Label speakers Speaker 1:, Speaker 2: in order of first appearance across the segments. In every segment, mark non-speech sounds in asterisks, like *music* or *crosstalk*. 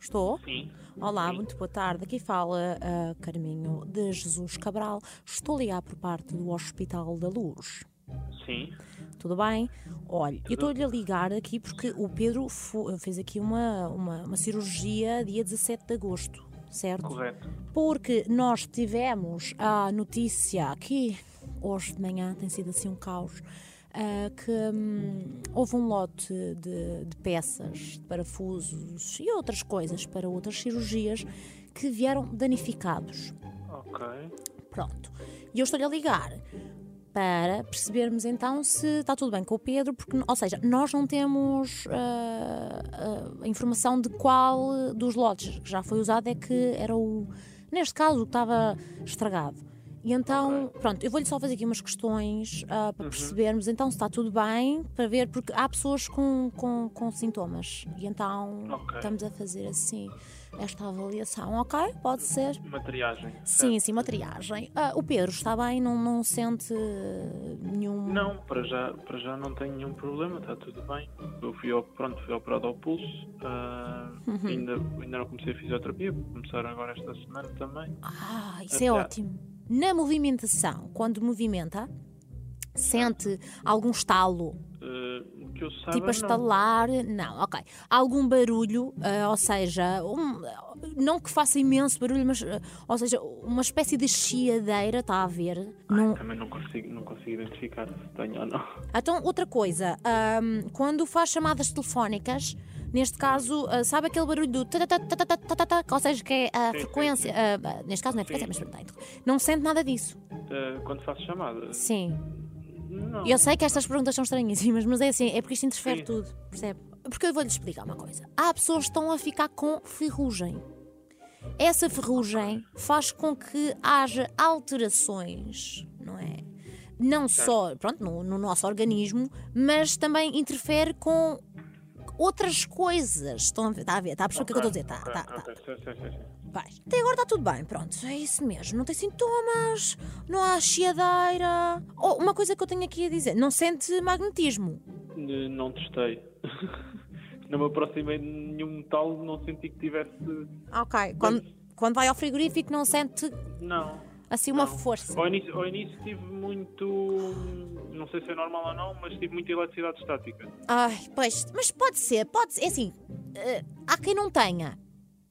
Speaker 1: Estou?
Speaker 2: Sim.
Speaker 1: Olá,
Speaker 2: Sim.
Speaker 1: muito boa tarde. Aqui fala a Carminho de Jesus Cabral. Estou a ligar por parte do Hospital da Luz.
Speaker 2: Sim.
Speaker 1: Tudo bem? Olha, eu estou-lhe a ligar aqui porque o Pedro fo- fez aqui uma, uma, uma cirurgia dia 17 de agosto, certo?
Speaker 2: Correto.
Speaker 1: Porque nós tivemos a notícia aqui, hoje de manhã, tem sido assim um caos, ah, que hum, houve um lote de, de peças, de parafusos e outras coisas para outras cirurgias que vieram danificados.
Speaker 2: Ok.
Speaker 1: Pronto. E eu estou-lhe a ligar para percebermos então se está tudo bem com o Pedro, porque, ou seja, nós não temos ah, ah, a informação de qual dos lotes que já foi usado é que era o, neste caso, o que estava estragado. E então, pronto, eu vou-lhe só fazer aqui umas questões ah, para percebermos então se está tudo bem, para ver, porque há pessoas com, com, com sintomas. E então
Speaker 2: Ok.
Speaker 1: estamos a fazer assim esta avaliação, ok? Pode ser?
Speaker 2: Materiagem.
Speaker 1: Sim,
Speaker 2: certo?
Speaker 1: sim, uma triagem. Ah, o Pedro está bem, não, não sente eh, nenhum.
Speaker 2: Não, para já, para já não tenho nenhum problema, está tudo bem. Eu fui, ao- pronto, fui operado ao pulso, ah,
Speaker 1: Uhum.
Speaker 2: ainda, ainda não comecei a fisioterapia, vou começar agora esta semana também.
Speaker 1: Ah, isso
Speaker 2: Ah,
Speaker 1: é
Speaker 2: tá.
Speaker 1: ótimo. Na movimentação, quando movimenta, sente algum estalo,
Speaker 2: Ah, o que eu saiba,
Speaker 1: tipo a
Speaker 2: não.
Speaker 1: estalar? Não, ok. Algum barulho, ah, ou seja, um- não que faça imenso barulho, mas, ah, ou seja, uma espécie de chiadeira, está a ver? Não,
Speaker 2: Ah, Também não consigo, não consigo identificar se tenho ou não.
Speaker 1: Então, outra coisa, ahm, quando faz chamadas telefónicas, neste caso, ah, sabe aquele barulho do tatatatatatatata, ou seja, que é a
Speaker 2: Sim, sim,
Speaker 1: frequência, ah, ah, neste caso não é frequência, mas pronto, não sente nada disso.
Speaker 2: Ah, quando faço chamada?
Speaker 1: Sim.
Speaker 2: Não.
Speaker 1: Eu sei que estas perguntas são estranhíssimas, mas é assim, é porque isto interfere
Speaker 2: Sim.
Speaker 1: tudo, percebe? Porque eu vou-lhe explicar uma coisa. Há pessoas que estão a ficar com ferrugem. Essa ferrugem faz com que haja alterações, não é? Não só pronto, no, no nosso organismo, mas também interfere com outras coisas. Estão a ver? Está a ver? Está a perceber o que é que eu estou a dizer? Está,
Speaker 2: Ok,
Speaker 1: está, está.
Speaker 2: ok, certo, certo, certo, certo.
Speaker 1: Vais. Até agora está tudo bem, pronto. É isso mesmo. Não tem sintomas, não há chiadeira. Oh, uma coisa que eu tenho aqui a dizer: não sente magnetismo.
Speaker 2: Eh, Não testei. *laughs* não me aproximei de nenhum metal, não senti que tivesse.
Speaker 1: Ok. Quando, quando vai ao frigorífico, não sente
Speaker 2: Não.
Speaker 1: assim uma
Speaker 2: não.
Speaker 1: força.
Speaker 2: Ao início, ao início tive muito. Não sei se é normal ou não, mas tive muita eletricidade estática.
Speaker 1: Ai, pois, mas pode ser, pode ser. É assim, eh, há quem não tenha.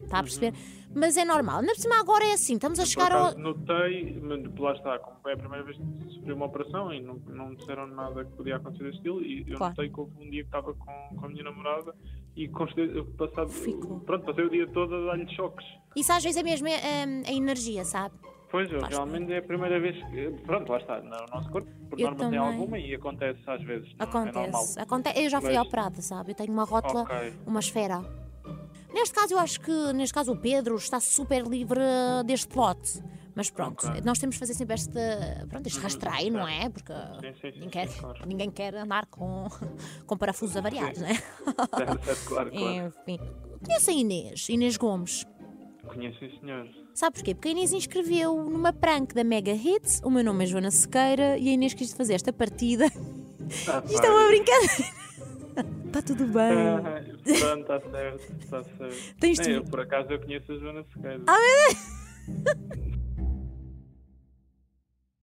Speaker 1: Está a perceber? Mas é normal. Na cima agora é assim: estamos a
Speaker 2: Uhum. Por
Speaker 1: chegar ao.
Speaker 2: acaso notei, mas lá está, como é a primeira vez que sofri uma operação e não, não me disseram nada que podia acontecer desse estilo, e eu
Speaker 1: Claro.
Speaker 2: notei que houve um dia que estava com, com a minha namorada e constei- eu passava,
Speaker 1: Ficou.
Speaker 2: pronto, passei o dia todo a dar-lhe choques.
Speaker 1: Isso às vezes é mesmo eh, eh, a energia, sabe?
Speaker 2: Pois, eu
Speaker 1: Faz
Speaker 2: realmente é a primeira vez que. Pronto, lá está, no nosso corpo, por
Speaker 1: Eu
Speaker 2: norma tem
Speaker 1: também.
Speaker 2: alguma e acontece às vezes. não- É normal.
Speaker 1: Acontece. Aconte eu já fui
Speaker 2: Mas-
Speaker 1: operada, sabe? Eu tenho uma rótula,
Speaker 2: Ok.
Speaker 1: uma esfera. Neste caso, eu acho que neste caso o Pedro está super livre deste lote. Mas pronto,
Speaker 2: Ok.
Speaker 1: nós temos de fazer sempre este, pronto, este rastreio, não é? Porque
Speaker 2: sim, sim,
Speaker 1: ninguém, quer,
Speaker 2: sim, claro.
Speaker 1: ninguém quer andar com, *laughs* com parafusos avariados, não é?
Speaker 2: Certo, certo,
Speaker 1: *laughs*
Speaker 2: claro, claro.
Speaker 1: Enfim. Conhece a Inês, Inês Gomes.
Speaker 2: Conheço sim, senhor.
Speaker 1: Sabe porquê? Porque a Inês inscreveu numa prank da Mega Hits. O meu nome é Joana Sequeira e a Inês quis fazer esta partida. *laughs*
Speaker 2: Ah,
Speaker 1: Isto é uma brincadeira. *laughs* Está tudo bem.
Speaker 2: *laughs* Pronto, está certo, está certo.
Speaker 1: Tens de-
Speaker 2: É, eu, por acaso, eu conheço a Joana Sequeira.